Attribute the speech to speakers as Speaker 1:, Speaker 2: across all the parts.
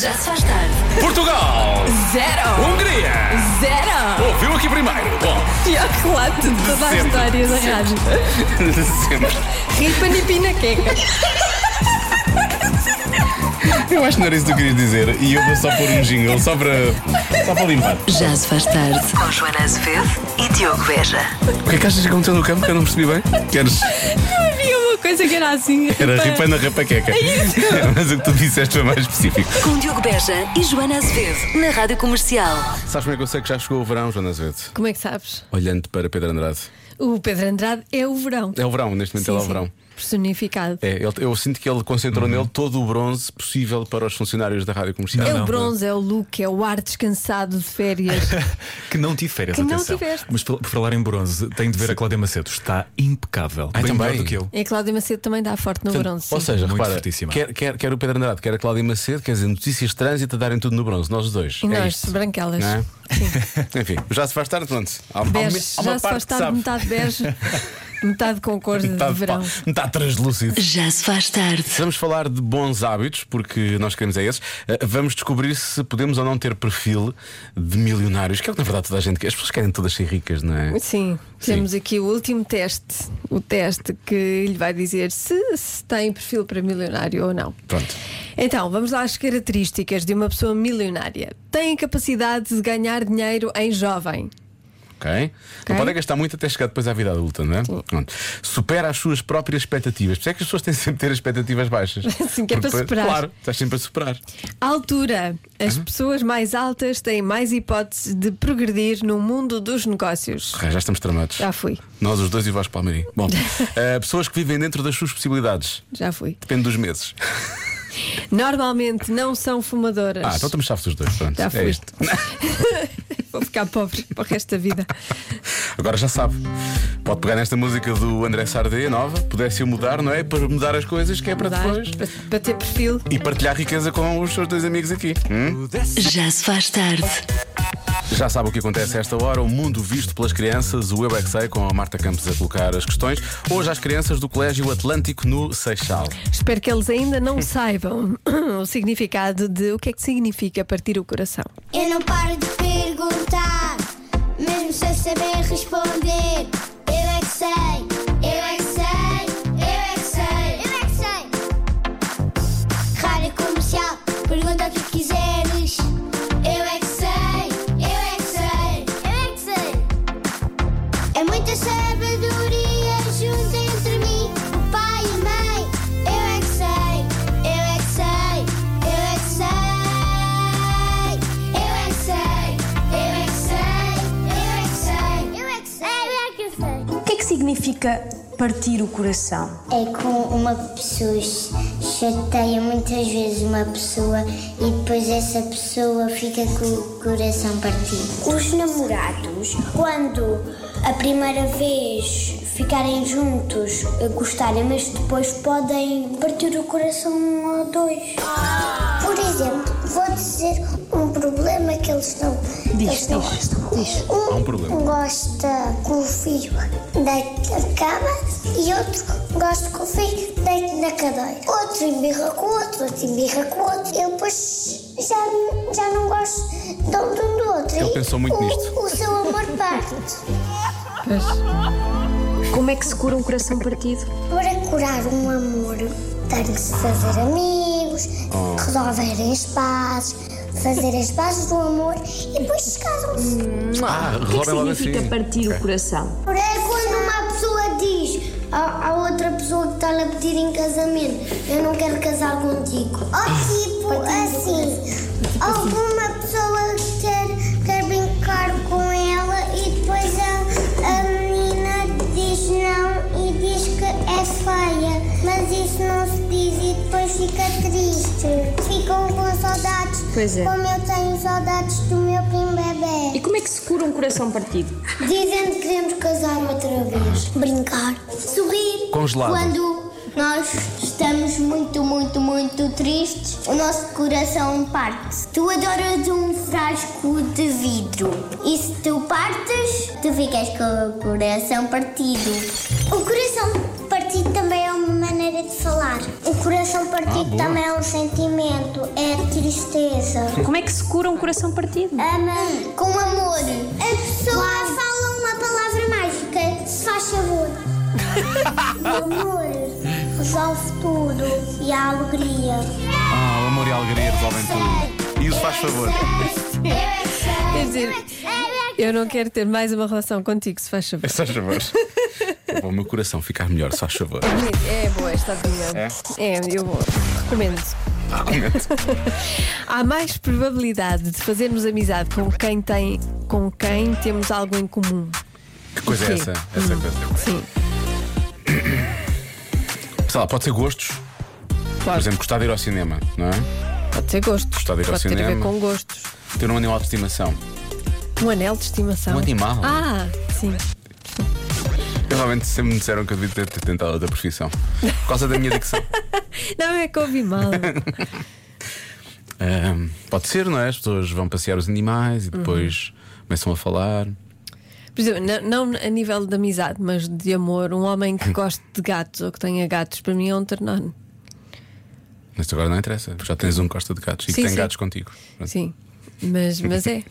Speaker 1: Já se faz tarde.
Speaker 2: Portugal!
Speaker 1: Zero!
Speaker 2: Hungria!
Speaker 1: Zero!
Speaker 2: Ouviu aqui primeiro! Bom,
Speaker 1: Pior relato de toda a
Speaker 2: Sempre,
Speaker 1: história da rádio.
Speaker 2: sempre.
Speaker 1: Ripa Nipina Queca.
Speaker 2: Eu acho que não era isso que eu queria dizer e eu vou só pôr um jingle só para, só para limpar.
Speaker 1: Já se faz tarde.
Speaker 3: Com Joana Azevedo e Diogo Veja.
Speaker 2: O que é que achas que aconteceu no campo que eu não percebi bem? Queres?
Speaker 1: Não havia uma coisa que era assim.
Speaker 2: Era ripa na rapaqueca.
Speaker 1: é
Speaker 2: Mas o que tu disseste foi mais específico.
Speaker 3: Com Diogo Beja e Joana Azevedo na Rádio Comercial.
Speaker 2: Sabes como é que eu sei que já chegou o verão, Joana Azevedo?
Speaker 1: Como é que sabes?
Speaker 2: Olhando para Pedro Andrade.
Speaker 1: O Pedro Andrade é o verão.
Speaker 2: É o verão, neste momento
Speaker 1: Sim,
Speaker 2: ele é o
Speaker 1: sim.
Speaker 2: verão.
Speaker 1: Personificado.
Speaker 2: É, ele- eu sinto que ele concentrou nele todo o bronze possível para os funcionários da rádio comercial.
Speaker 1: É o bronze, é o look, é o ar descansado de férias.
Speaker 4: Que não tive férias,
Speaker 1: Que não
Speaker 4: atenção.
Speaker 1: tiveste.
Speaker 4: Mas por, por falar em bronze, tenho de ver a Cláudia Macedo. Está impecável.
Speaker 2: Ah,
Speaker 4: Bem
Speaker 2: também?
Speaker 4: melhor do que eu.
Speaker 1: E É a Cláudia Macedo também dá forte no bronze. sim.
Speaker 2: Ou seja,
Speaker 4: Muito
Speaker 2: repara,
Speaker 4: fortíssima.
Speaker 2: quer, quer, quer o Pedro Andrade, quer a Cláudia Macedo, quer dizer, notícias de trânsito a darem tudo no bronze, nós os dois.
Speaker 1: E
Speaker 2: É
Speaker 1: nós,
Speaker 2: isto.
Speaker 1: branquelas.
Speaker 2: Não é? Enfim, já se faz tarde, pronto. Há, há uma-
Speaker 1: Bege,
Speaker 2: há uma
Speaker 1: já se
Speaker 2: parte
Speaker 1: faz
Speaker 2: que
Speaker 1: tarde,
Speaker 2: sabe.
Speaker 1: metade bege, metade com cor de,
Speaker 2: Metade
Speaker 1: verão.
Speaker 2: pa- Metade translúcido.
Speaker 3: Já se faz tarde.
Speaker 2: Vamos falar de bons hábitos, porque nós queremos é esses. Eh, Vamos descobrir se podemos ou não ter perfil de milionários, que é o que na verdade toda a gente quer. As pessoas querem todas ser ricas, não é?
Speaker 1: Sim, temos aqui o último teste, o teste que lhe vai dizer se, se tem perfil para milionário ou não.
Speaker 2: Pronto.
Speaker 1: Então, vamos lá às características de uma pessoa milionária. Tem a capacidade de ganhar dinheiro em jovem.
Speaker 2: Ok?
Speaker 1: Ok.
Speaker 2: Não podem gastar muito até chegar depois à vida adulta, não é? Pronto. Supera as suas próprias expectativas. Por isso é que as pessoas têm sempre de ter expectativas baixas.
Speaker 1: Sim, que é para
Speaker 2: Porque depois-
Speaker 1: superar.
Speaker 2: Claro, estás sempre a superar.
Speaker 1: Altura. As
Speaker 2: Uhum.
Speaker 1: pessoas mais altas têm mais hipóteses de progredir no mundo dos negócios.
Speaker 2: Ok, já estamos tramados.
Speaker 1: Já fui,
Speaker 2: Nós os dois e o Vasco Palmeirim. Bom, eh, pessoas que vivem dentro das suas possibilidades.
Speaker 1: já fui.
Speaker 2: Depende dos meses.
Speaker 1: Normalmente não são fumadoras.
Speaker 2: Ah, então estamos chaves dos dois. Pronto.
Speaker 1: Já
Speaker 2: é isto.
Speaker 1: foste. Vou ficar pobre para o resto da vida.
Speaker 2: Agora já sabe. Pode pegar nesta música do André Sardé, nova. Pudesse eu mudar, não é? Para mudar as coisas, que é para
Speaker 1: Mudar,
Speaker 2: depois.
Speaker 1: para, para ter perfil.
Speaker 2: E partilhar riqueza com os seus dois amigos aqui. Hum?
Speaker 3: Já se faz tarde.
Speaker 2: Já sabe o que acontece a esta hora, o mundo visto pelas crianças, o Eu é que Sei, com a Marta Campos a colocar as questões. Hoje às crianças do Colégio Atlântico no Seixal.
Speaker 1: Espero que eles ainda não saibam o significado de o que é que significa partir o coração.
Speaker 5: Eu não paro de perguntar, mesmo sem saber responder. Eu é que sei, eu é que sei, eu é que sei, eu é que sei. Rádio comercial, pergunta o que quiseres. Eu é que sei, eu é que sei, eu é que sei. É muita sabedoria junto entre mim, o pai e a mãe. Eu é que sei, eu é que sei, eu é que sei. Eu é que sei, eu é que sei, eu é que sei, eu é que sei, eu é que
Speaker 6: O que é que significa partir o coração?
Speaker 5: sei. É com uma pessoa chateia muitas vezes uma pessoa e depois essa pessoa fica com o coração partido. Os namorados, quando a primeira vez ficarem juntos, gostarem, mas depois podem partir o coração um ou dois. Por exemplo, vou dizer um problema que eles não, eles não gostam. Um,
Speaker 2: Há um problema.
Speaker 5: gosta que o filho deite na cama e outro gosta que o filho deite na cadeira. Outro embirra com o outro, outro embirra com o outro. Eu depois já, já não gosto de um do outro.
Speaker 2: Ele
Speaker 5: E
Speaker 2: pensou muito
Speaker 5: o-
Speaker 2: nisto.
Speaker 5: O seu amor parte.
Speaker 6: Como é que se cura um coração partido?
Speaker 5: Para curar um amor, tem que se fazer amigos, resolver as pazes, fazer as pazes do amor e depois um casam-se.
Speaker 2: Ah,
Speaker 6: O que é que
Speaker 2: resolvem logo
Speaker 6: significa
Speaker 2: assim.
Speaker 6: partir o coração?
Speaker 5: É quando uma pessoa diz à, à outra pessoa que está a pedir em casamento: Eu não quero casar contigo.
Speaker 6: Ah,
Speaker 5: Ou
Speaker 6: um
Speaker 5: tipo assim:
Speaker 6: Tipo
Speaker 5: alguma pessoa quer, quer brincar com ela e depois a, a menina diz não e diz que é feia. Mas isso não se diz e depois fica triste. Ficam com saudades.
Speaker 6: Pois é.
Speaker 5: Como eu tenho saudades do meu primo bebê.
Speaker 6: E como é que se cura um coração partido?
Speaker 5: Dizendo que queremos casar outra vez. Brincar. Sorrir.
Speaker 2: Congelado.
Speaker 5: Quando nós estamos muito, muito, muito tristes, o nosso coração parte. Tu adoras um frasco de vidro. E se tu partes, tu ficas com o coração partido. O coração partido também é uma maneira de falar. O coração
Speaker 2: Ah,
Speaker 5: partido
Speaker 2: boa.
Speaker 5: também é um sentimento, é tristeza.
Speaker 6: Como é que se cura um coração partido?
Speaker 5: Ama com amor. A pessoa fala uma palavra mágica, se faz favor. o amor resolve tudo e a alegria.
Speaker 4: Ah, o amor e a alegria resolvem tudo. E isso faz favor.
Speaker 1: Quer dizer, eu não quero ter mais uma relação contigo, se faz favor.
Speaker 2: É só favor. É Para o meu coração ficar melhor, só favor.
Speaker 1: Bonito. É boa esta adivinha. É? eu recomendo. Há mais probabilidade de fazermos amizade com quem tem, com quem temos algo em comum.
Speaker 2: Que coisa é
Speaker 1: Sim.
Speaker 2: essa? Essa coisa.
Speaker 1: Sim,
Speaker 2: Sei lá, pode ser gostos. Por
Speaker 1: claro.
Speaker 2: exemplo, gostar de ir ao cinema, não é?
Speaker 1: Pode ter gostos.
Speaker 2: Gostar de ir ao
Speaker 1: Pode ter a ver
Speaker 2: cinema.
Speaker 1: com gostos.
Speaker 2: Ter um animal de estimação.
Speaker 1: Um anel de estimação.
Speaker 2: Um animal.
Speaker 1: Ah, sim.
Speaker 2: Eu, realmente sempre me disseram que eu devia ter ter tentado outra profissão. Por causa da minha dicção.
Speaker 1: Não é que ouvi mal.
Speaker 2: Ahm, pode ser, não é? As pessoas vão passear os animais e depois
Speaker 1: Uhum.
Speaker 2: começam a falar.
Speaker 1: Por exemplo, não, não a nível de amizade, mas de amor. Um homem
Speaker 2: Hum.
Speaker 1: que goste de gatos ou que tenha gatos, para mim é um ternano.
Speaker 2: Mas isto agora não interessa, porque já tens um que gosta de gatos e
Speaker 1: Sim,
Speaker 2: que tem
Speaker 1: sim.
Speaker 2: gatos contigo. Pronto.
Speaker 1: Sim, mas, mas é.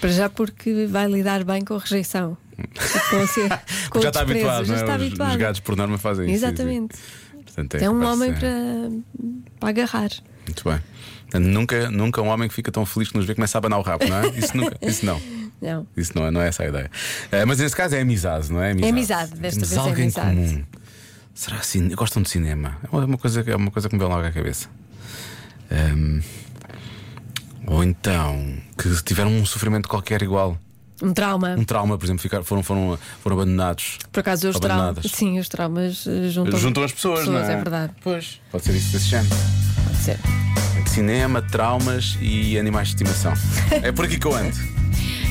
Speaker 1: Para já porque vai lidar bem com a rejeição. E Com a ser, com o
Speaker 2: já
Speaker 1: desprezo.
Speaker 2: está habituado,
Speaker 1: já
Speaker 2: não é?
Speaker 1: está
Speaker 2: Os-
Speaker 1: habituado.
Speaker 2: Os, gatos por norma fazem
Speaker 1: Exatamente.
Speaker 2: isso. sim, sim. Portanto, é
Speaker 1: É um
Speaker 2: capaz de
Speaker 1: homem
Speaker 2: ser.
Speaker 1: para, para agarrar.
Speaker 2: Muito bem. Portanto, nunca, nunca um homem que fica tão feliz que nos vê começa a abanar o rabo, não é? Isso nunca, isso não.
Speaker 1: Não.
Speaker 2: Isso não é, não é essa a ideia. Eh, mas nesse caso é amizade, não é?
Speaker 1: É amizade, desta
Speaker 2: Temos
Speaker 1: vez é
Speaker 2: algo em
Speaker 1: amizade.
Speaker 2: comum. Será assim? Gostam de cinema? É uma- uma coisa, que- é uma coisa que me vem logo à cabeça. Ahm, ou então, que tiveram um sofrimento qualquer igual.
Speaker 1: Um trauma.
Speaker 2: Um trauma, por exemplo, ficar, foram, foram, foram abandonados.
Speaker 1: Por acaso, os traumas.
Speaker 2: Abandonadas.
Speaker 1: Sim, os traumas eh, juntam,
Speaker 2: Juntam as pessoas, não é?
Speaker 1: é? verdade. Pois.
Speaker 2: Pode ser isso desse género.
Speaker 1: Pode ser.
Speaker 2: Cinema, traumas e animais de estimação. É por aqui que eu ando.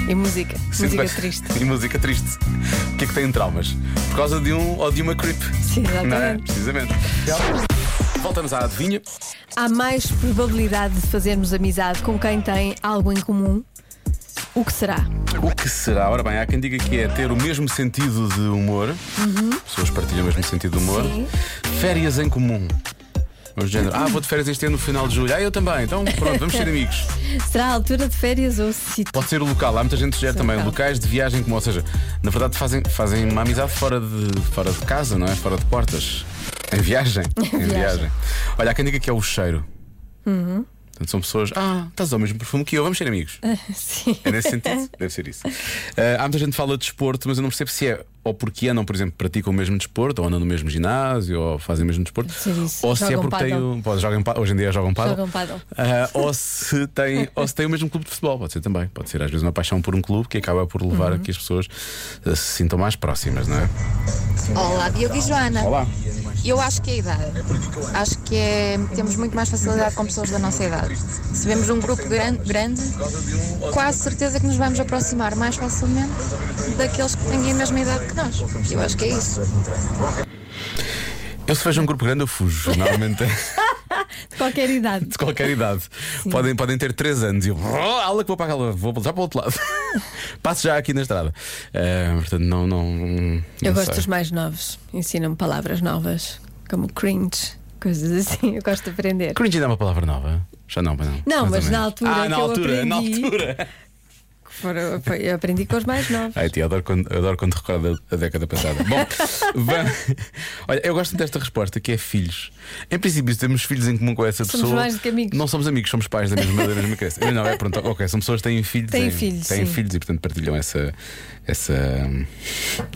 Speaker 1: E música.
Speaker 2: Sempre-
Speaker 1: música triste.
Speaker 2: E música triste. O que é que tem traumas? Por causa de um ou de uma creep.
Speaker 1: Sim, exatamente.
Speaker 2: Não é? Precisamente. Voltamos à adivinha.
Speaker 1: Há mais probabilidade de fazermos amizade com quem tem algo em comum. O que será?
Speaker 2: O que será? Ora bem, há quem diga que é ter o mesmo sentido de humor. Pessoas partilham o mesmo sentido de humor.
Speaker 1: Uhum. Sim.
Speaker 2: Férias em comum. O género. Ah, vou de férias este ano no final de julho. Ah, eu também. Então pronto, vamos ser amigos.
Speaker 1: Será a altura de férias ou o sítio?
Speaker 2: Pode ser o local, há muita gente que sugere
Speaker 1: Sim,
Speaker 2: também
Speaker 1: local.
Speaker 2: locais de viagem, como, ou seja, na verdade fazem, fazem uma amizade fora de, fora de casa, não é? Fora de portas. Em viagem. em
Speaker 1: viagem. Uhum.
Speaker 2: viagem. Olha, há quem diga que é o cheiro. Portanto, são pessoas, ah, estás ao mesmo perfume que eu, vamos ser amigos.
Speaker 1: Sim.
Speaker 2: É nesse sentido, deve ser isso. Ah, há muita gente que fala de desporto, mas eu não percebo se é ou porque andam, por exemplo, praticam o mesmo desporto, ou andam no mesmo ginásio, ou fazem o mesmo desporto,
Speaker 1: Deve ser isso.
Speaker 2: ou se é
Speaker 1: Jogam
Speaker 2: porque têm
Speaker 1: pádel.
Speaker 2: o- pode, jogam pá- hoje em dia jogam pádel.
Speaker 1: Jogam pádel.
Speaker 2: Ah, ou, se tem, ou se tem o mesmo clube de futebol, pode ser também. Pode ser às vezes uma paixão por um clube que acaba por levar
Speaker 1: Uhum.
Speaker 2: a que as pessoas ah, se sintam mais próximas, não é?
Speaker 7: Olá, Diogo e Joana.
Speaker 2: Olá.
Speaker 7: Eu acho que é a idade. Acho que é, temos muito mais facilidade com pessoas da nossa idade. Se vemos um grupo gran- grande, quase certeza que nos vamos aproximar mais facilmente daqueles que têm a mesma idade que nós. Eu acho que é isso.
Speaker 2: Eu se vejo um grupo grande, eu fujo. Normalmente é
Speaker 1: De qualquer idade.
Speaker 2: de qualquer idade. Podem, podem ter 3 anos e eu. "Oh, Ala que vou para aquela, vou voltar para o outro lado. Passo já aqui na estrada. Ah, portanto, não. não, não
Speaker 1: Eu gosto
Speaker 2: sei.
Speaker 1: dos mais novos. Ensinam-me palavras novas, como cringe, coisas assim. Eu gosto de aprender.
Speaker 2: Cringe ainda é uma palavra nova. Já não, pois não.
Speaker 1: Não,
Speaker 2: Mais ou
Speaker 1: mas
Speaker 2: menos.
Speaker 1: na altura
Speaker 2: Ah,
Speaker 1: que
Speaker 2: na
Speaker 1: eu
Speaker 2: altura, na
Speaker 1: aprendi.
Speaker 2: altura.
Speaker 1: Que foram- foi- Eu aprendi com os mais novos.
Speaker 2: Ai, tia, adoro quando, adoro quando recordo a década passada. Bom, vamos- olha, eu gosto desta resposta que é filhos. Em princípio, se temos filhos em comum com essa
Speaker 1: Somos
Speaker 2: pessoa.
Speaker 1: mais do que amigos.
Speaker 2: Não somos amigos, somos pais da mesma, da mesma criança. Não, é pronto, ok, são pessoas que têm filhos.
Speaker 1: Têm
Speaker 2: em-
Speaker 1: filhos,
Speaker 2: Têm
Speaker 1: sim.
Speaker 2: filhos e, portanto, partilham essa. essa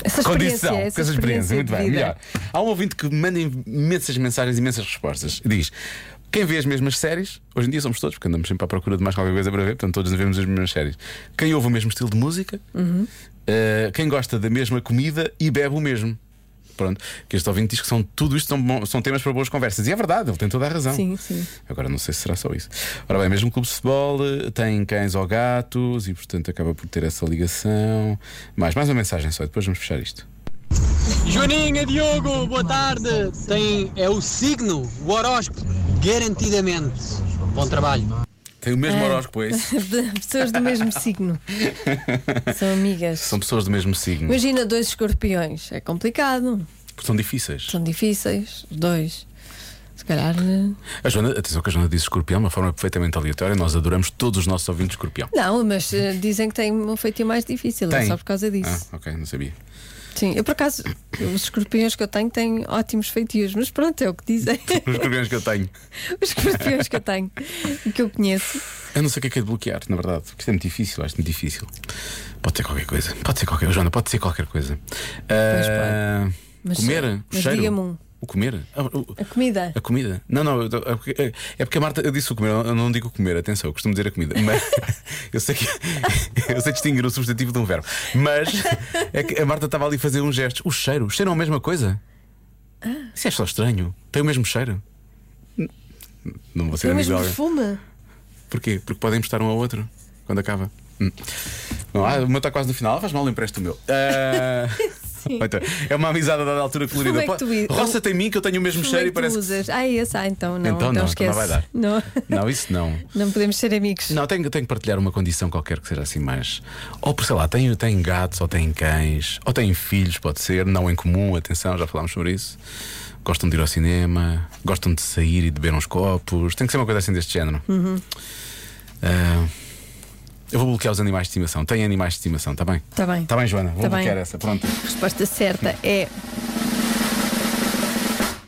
Speaker 1: Essa
Speaker 2: condição,
Speaker 1: experiência,
Speaker 2: com
Speaker 1: essa
Speaker 2: essa experiência.
Speaker 1: experiência
Speaker 2: Muito
Speaker 1: de
Speaker 2: bem,
Speaker 1: vida.
Speaker 2: melhor. Há um ouvinte que manda imensas mensagens, imensas respostas. Diz: quem vê as mesmas séries, hoje em dia somos todos, porque andamos sempre à procura de mais qualquer coisa para ver, portanto todos vemos as mesmas séries. Quem ouve o mesmo estilo de música,
Speaker 1: Uhum.
Speaker 2: eh, quem gosta da mesma comida e bebe o mesmo. Pronto, que este ouvinte diz que são, tudo isto são, bom- são temas para boas conversas. E é verdade, ele tem toda a razão.
Speaker 1: Sim, sim.
Speaker 2: Agora não sei se será só isso. Ora bem, mesmo clube de futebol eh, tem cães ou gatos e, portanto, acaba por ter essa ligação. Mais, mais uma mensagem só, depois vamos fechar isto.
Speaker 8: Joaninha, Diogo, boa tarde. Tem, é o signo, o horóscopo, garantidamente. Bom trabalho.
Speaker 2: Tem o mesmo horóscopo, é isso?
Speaker 1: Pessoas do mesmo signo. São amigas.
Speaker 2: São pessoas do mesmo signo,
Speaker 1: Imagina dois escorpiões. É complicado.
Speaker 2: porque são difíceis.
Speaker 1: São difíceis, os dois. Se calhar. eh,
Speaker 2: A Joana, atenção que a Joana disse escorpião de uma forma perfeitamente aleatória. Nós adoramos todos os nossos ouvintes escorpião.
Speaker 1: Não, mas eh, dizem que tem um feitio mais difícil, é
Speaker 2: Tem.
Speaker 1: só por causa disso.
Speaker 2: Ah, ok, não sabia.
Speaker 1: Sim, eu por acaso, os escorpiões que eu tenho têm ótimos feitios, mas pronto, é o que dizem.
Speaker 2: Os escorpiões que eu tenho.
Speaker 1: os escorpiões que eu tenho, que eu conheço.
Speaker 2: Eu não sei o que é que é de bloquear, na verdade. Porque isto é muito difícil, acho muito difícil. Pode ser qualquer coisa. Pode ser qualquer Joana, pode ser qualquer coisa. Ah,
Speaker 1: Mas-
Speaker 2: comer? O
Speaker 1: mas
Speaker 2: cheiro?
Speaker 1: diga-me um.
Speaker 2: O comer? Ah, o-
Speaker 1: A comida.
Speaker 2: A comida? Não, não, eu tô- é porque- é- é porque a Marta, eu disse o comer, eu não digo comer, atenção, eu costumo dizer a comida, mas eu sei que eu sei distinguir o substantivo de um verbo. Mas é que a Marta estava ali a fazer um gesto. O cheiro, o cheiro é a mesma coisa? Isso é só estranho. Tem o mesmo cheiro? Não vou ser
Speaker 1: Tem o
Speaker 2: amigo
Speaker 1: mesmo
Speaker 2: de alguém.
Speaker 1: perfume.
Speaker 2: Porquê? Porque podem emprestar um ao outro quando acaba. Hum. Não, ah, o meu está quase no final, faz mal, eu empresto o meu. Ah, então, é uma amizade a dada altura colorida.
Speaker 1: Como é que tu
Speaker 2: Pode-
Speaker 1: i-
Speaker 2: Roça-te em mim que eu tenho o mesmo
Speaker 1: Como é
Speaker 2: cheiro
Speaker 1: que
Speaker 2: e
Speaker 1: tu
Speaker 2: parece.
Speaker 1: usas? Ah, esse, ah, então não.
Speaker 2: Então não, então
Speaker 1: esquece.
Speaker 2: não vai dar.
Speaker 1: Não,
Speaker 2: Não, isso não.
Speaker 1: não podemos ser amigos.
Speaker 2: Não, tenho, tenho que partilhar uma condição qualquer que seja assim mais. Ou por sei lá, tem, tem gatos, ou tem cães, ou tem filhos, pode ser, não em comum, atenção, já falámos sobre isso. Gostam de ir ao cinema, gostam de sair e de beber uns copos. Tem que ser uma coisa assim deste género.
Speaker 1: Uhum.
Speaker 2: Ah, eu vou bloquear os animais de estimação. Tem animais de estimação, está bem?
Speaker 1: Tá bem.
Speaker 2: Está bem, Joana? Vou
Speaker 1: Tá
Speaker 2: bloquear
Speaker 1: bem.
Speaker 2: essa, pronto.
Speaker 1: A resposta certa é.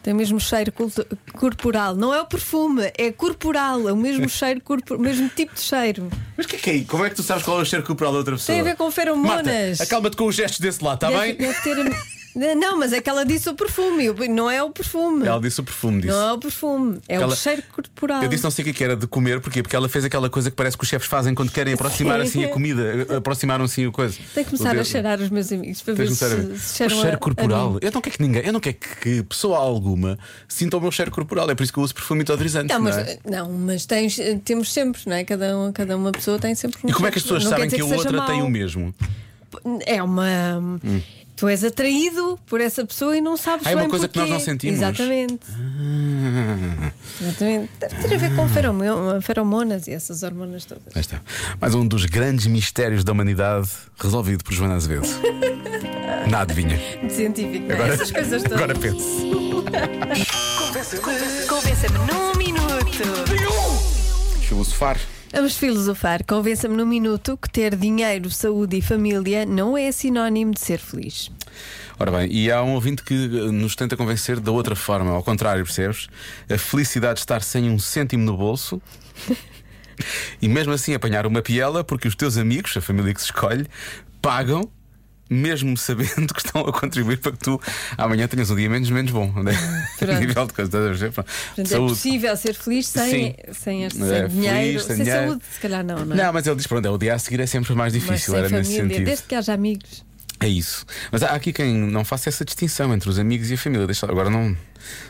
Speaker 1: Tem o mesmo cheiro culto- corporal. Não é o perfume, é corporal. É o mesmo cheiro, corpo, o mesmo tipo de cheiro.
Speaker 2: Mas o que é que é? Como é que tu sabes qual é o cheiro corporal da outra pessoa?
Speaker 1: Tem a ver com feromonas.
Speaker 2: Marta, acalma-te com os gestos desse lado, está
Speaker 1: Deve-
Speaker 2: Tá bem?
Speaker 1: deve ter a- Não, mas é que ela disse o perfume. Eu- Não é o perfume.
Speaker 2: Ela disse o perfume, disse.
Speaker 1: Não é o perfume, é
Speaker 2: Aquela-
Speaker 1: o cheiro corporal.
Speaker 2: Eu disse não sei o que é que era de comer, porquê? Porque ela fez aquela coisa que parece que os chefes fazem quando querem aproximar
Speaker 1: Sim.
Speaker 2: assim a comida, aproximaram assim a coisa.
Speaker 1: Tenho que começar
Speaker 2: O
Speaker 1: a
Speaker 2: dedo.
Speaker 1: cheirar os meus amigos para ver
Speaker 2: Tens de
Speaker 1: se,
Speaker 2: começar a ver.
Speaker 1: se cheiram
Speaker 2: o
Speaker 1: a-
Speaker 2: cheiro
Speaker 1: a
Speaker 2: corporal.
Speaker 1: mim.
Speaker 2: eu não quero que ninguém, eu não quero que pessoa alguma sinta o meu cheiro corporal. É por isso que eu uso perfume deodorizante.
Speaker 1: Não, mas, eh,
Speaker 2: não é?
Speaker 1: não, mas tens- temos sempre, não é? Cada, um- cada uma pessoa tem sempre um
Speaker 2: E como é que as pessoas
Speaker 1: não quer
Speaker 2: sabem
Speaker 1: dizer
Speaker 2: que a
Speaker 1: seja
Speaker 2: outra tem
Speaker 1: mau.
Speaker 2: o mesmo?
Speaker 1: É uma. Tu és atraído por essa pessoa e não sabes
Speaker 2: Hum. Ah, é uma
Speaker 1: bem
Speaker 2: coisa que nós
Speaker 1: porquê.
Speaker 2: não sentimos. Ah.
Speaker 1: Exatamente. Exatamente. Deve ter a ver com feromo- feromonas e essas hormonas todas.
Speaker 2: Lá está. Mais um dos grandes mistérios da humanidade resolvido por Joana Azevedo. Na adivinha.
Speaker 1: Científico, não é? essas coisas todas.
Speaker 2: agora penso.
Speaker 3: Convença-me num minuto.
Speaker 2: Filosofar.
Speaker 1: Vamos filosofar. Convença-me num minuto que ter dinheiro, saúde e família não é sinónimo de ser feliz.
Speaker 2: Ora bem, e há um ouvinte que eh, nos tenta convencer da outra forma, ao contrário, percebes? A felicidade de estar sem um cêntimo no bolso e mesmo assim apanhar uma piela porque os teus amigos, a família que se escolhe, pagam. Mesmo sabendo que estão a contribuir para que tu amanhã tenhas um dia menos, menos bom. Né?
Speaker 1: Hum, Pronto.
Speaker 2: Nível de coisa, estás a perceber? Pronto.
Speaker 1: Portanto, é
Speaker 2: Saúde.
Speaker 1: possível ser feliz sem,
Speaker 2: Sim.
Speaker 1: sem, este-
Speaker 2: É,
Speaker 1: sem
Speaker 2: feliz,
Speaker 1: dinheiro,
Speaker 2: sem
Speaker 1: sem,
Speaker 2: dinheiro.
Speaker 1: saúde, se calhar não, não é?
Speaker 2: Não, mas ele diz: pronto, é o dia a seguir é sempre mais
Speaker 1: Mas
Speaker 2: difícil,
Speaker 1: sem
Speaker 2: era nesse
Speaker 1: família,
Speaker 2: sentido.
Speaker 1: desde que haja amigos.
Speaker 2: É isso. Mas há aqui quem não faça essa distinção entre os amigos e a família. Deixa, agora não.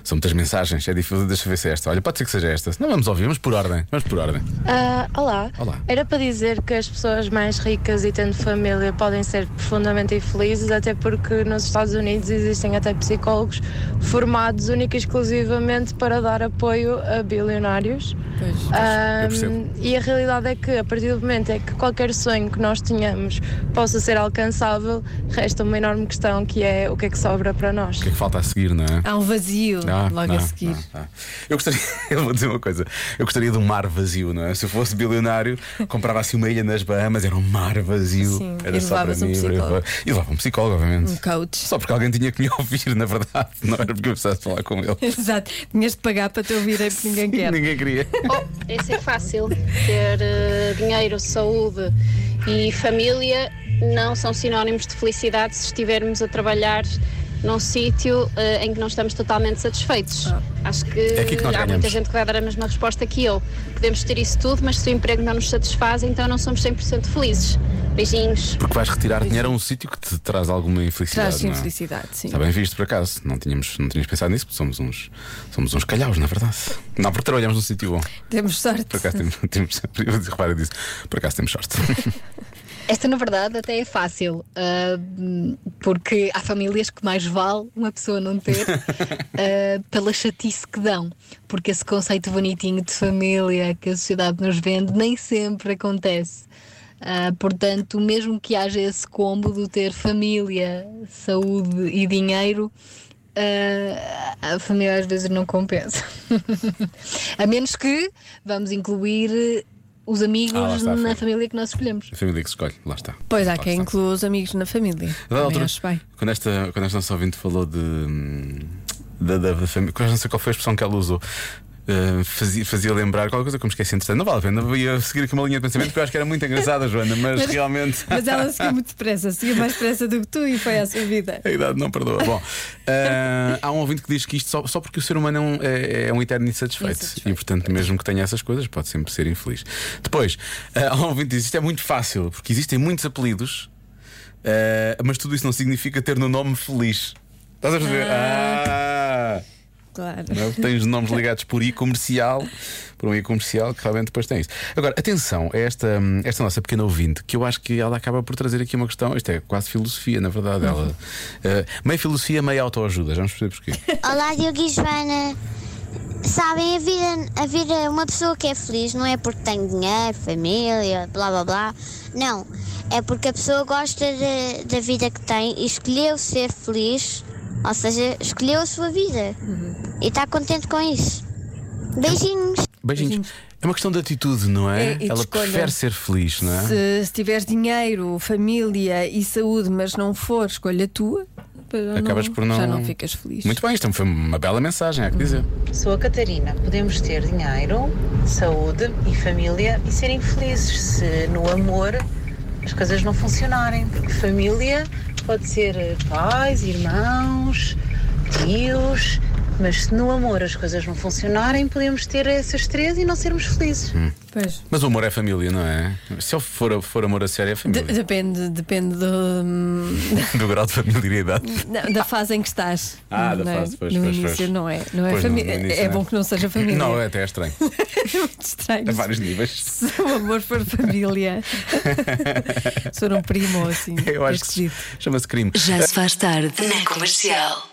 Speaker 2: São muitas mensagens, é difícil. Deixa eu ver se é esta. Olha, pode ser que seja esta. Não vamos ouvir, vamos por ordem. Vamos por ordem.
Speaker 9: Ah, olá.
Speaker 2: Olá.
Speaker 9: Era para dizer que as pessoas mais ricas e tendo família podem ser profundamente infelizes, até porque nos Estados Unidos existem até psicólogos formados única e exclusivamente para dar apoio a bilionários.
Speaker 1: Pois.
Speaker 9: Ahm,
Speaker 2: eu percebo.
Speaker 9: e a realidade é que, a partir do momento em que qualquer sonho que nós tenhamos possa ser alcançável, resta uma enorme questão que é o que é que sobra para nós.
Speaker 2: O que é que falta a seguir, não é?
Speaker 1: Há um vazio
Speaker 2: Ah,
Speaker 1: logo
Speaker 2: não,
Speaker 1: a seguir.
Speaker 2: não, não. Eu gostaria, eu vou dizer uma coisa. Eu gostaria de um mar vazio, não é? Se eu fosse bilionário, comprava assim uma ilha nas Bahamas, era um mar vazio.
Speaker 1: Sim,
Speaker 2: era
Speaker 1: e levavas um psicólogo.
Speaker 2: E levava um psicólogo, obviamente.
Speaker 1: Um coach.
Speaker 2: Só porque alguém tinha que me ouvir, na verdade. Não era porque eu precisasse falar com ele.
Speaker 1: Exato. Tinhas de pagar para te ouvirem porque ninguém quer.
Speaker 2: Ninguém queria.
Speaker 10: Oh, isso é fácil. Ter eh, dinheiro, saúde e família Eh, não são sinónimos de felicidade se estivermos a trabalhar num sítio eh, em que não estamos totalmente satisfeitos. Acho que,
Speaker 2: É aqui que
Speaker 10: há
Speaker 2: nós ganhamos.
Speaker 10: muita gente que vai dar a mesma resposta que eu. Podemos ter isso tudo, mas se o emprego não nos satisfaz, então não somos 100% felizes. Beijinhos.
Speaker 2: Porque vais retirar dinheiro a um sítio que te traz alguma infelicidade.
Speaker 1: Traz
Speaker 2: não é?
Speaker 1: infelicidade, sim.
Speaker 2: Está bem visto, por acaso. Não tínhamos, não tínhamos pensado nisso, porque somos uns, somos uns calhaus, na verdade. Não, porque trabalhamos num sítio bom.
Speaker 1: Temos sorte.
Speaker 2: Por acaso temos. temos eu disse, repara disso. Por acaso temos sorte.
Speaker 11: Esta, na verdade, até é fácil, ah, porque há famílias que mais vale uma pessoa não ter ah, pela chatice que dão, porque esse conceito bonitinho de família que a sociedade nos vende nem sempre acontece. Ah, portanto, mesmo que haja esse combo do ter família, saúde e dinheiro, ah, a família às vezes não compensa. a menos que vamos incluir os amigos
Speaker 2: Ah, lá está,
Speaker 11: na
Speaker 2: foi.
Speaker 11: família que nós escolhemos.
Speaker 2: A família que se escolhe, lá está.
Speaker 1: Pois há
Speaker 2: Lá
Speaker 1: quem
Speaker 2: está.
Speaker 1: inclua os amigos na família.
Speaker 2: A dada
Speaker 1: Também
Speaker 2: altura,
Speaker 1: acho bem.
Speaker 2: Quando esta, quando esta nossa ouvinte falou de. hum, da, da, da família. Não sei qual foi a expressão que ela usou. Uh, fazia, fazia lembrar qualquer coisa que eu me esqueci entretanto. Não vale a pena, eu ia seguir aqui uma linha de pensamento porque eu acho que era muito engraçada, Joana, mas,
Speaker 1: Mas-
Speaker 2: realmente.
Speaker 1: Mas ela seguiu muito depressa, seguiu mais depressa do que tu e foi à sua vida.
Speaker 2: A idade não perdoa. Bom, ah, há um ouvinte que diz que isto só, só porque o ser humano é um, é- é um eterno insatisfeito. E portanto, mesmo que tenha essas coisas, pode sempre ser infeliz. Depois, ah, há um ouvinte que diz isto é muito fácil, porque existem muitos apelidos, ah, mas tudo isso não significa ter no nome feliz. Estás a perceber? Ah!
Speaker 1: Claro.
Speaker 2: Não é? Tens nomes ligados por e-comercial, por um e-comercial que realmente depois tem isso. Agora, atenção a esta, hum, esta nossa pequena ouvinte, que eu acho que ela acaba por trazer aqui uma questão, isto é quase filosofia, na verdade. Ela,
Speaker 1: Uhum.
Speaker 2: eh, meio filosofia, meio autoajuda, já vamos perceber porquê.
Speaker 5: Olá, Diogo e Joana. Sabem, a vida, a vida, uma pessoa que é feliz não é porque tem dinheiro, família, blá blá blá. Não. É porque a pessoa gosta de- da vida que tem e escolheu ser feliz, ou seja, escolheu a sua vida. E está contente com isso. Beijinhos.
Speaker 2: Beijinhos. É uma questão de atitude, não é?
Speaker 1: É, e de
Speaker 2: ela
Speaker 1: escolha.
Speaker 2: prefere ser feliz, não é?
Speaker 1: Se, se tiveres dinheiro, família e saúde, mas não for escolha tua, já
Speaker 2: Acabas
Speaker 1: não-
Speaker 2: por não.
Speaker 1: já não ficas feliz.
Speaker 2: Muito bem, isto foi uma bela mensagem, há que dizer.
Speaker 1: Uhum.
Speaker 12: Sou a Catarina. Podemos ter dinheiro, saúde e família e serem felizes se no amor as coisas não funcionarem. Porque família pode ser eh, pais, irmãos, tios, mas se no amor as coisas não funcionarem, podemos ter essas três e não sermos felizes.
Speaker 1: Pois.
Speaker 2: Mas o amor é família, não é? Se eu for, for amor a sério, é
Speaker 1: De-
Speaker 2: família.
Speaker 1: depende, depende do, hum,
Speaker 2: Do grau de familiaridade.
Speaker 1: não, é da fase em que estás.
Speaker 2: Ah, da
Speaker 1: Não é?
Speaker 2: fase, pois,
Speaker 1: No
Speaker 2: pois,
Speaker 1: início
Speaker 2: pois.
Speaker 1: não é, não é
Speaker 2: Pois, no- no
Speaker 1: família.
Speaker 2: início,
Speaker 1: é
Speaker 2: não
Speaker 1: bom
Speaker 2: é.
Speaker 1: que não seja família.
Speaker 2: Não, é até estranho.
Speaker 1: é muito estranho.
Speaker 2: A vários níveis.
Speaker 1: Se o amor for família, se for um primo ou assim. É
Speaker 2: Eu acho que se- chama-se crime.
Speaker 3: Já se faz tarde na comercial.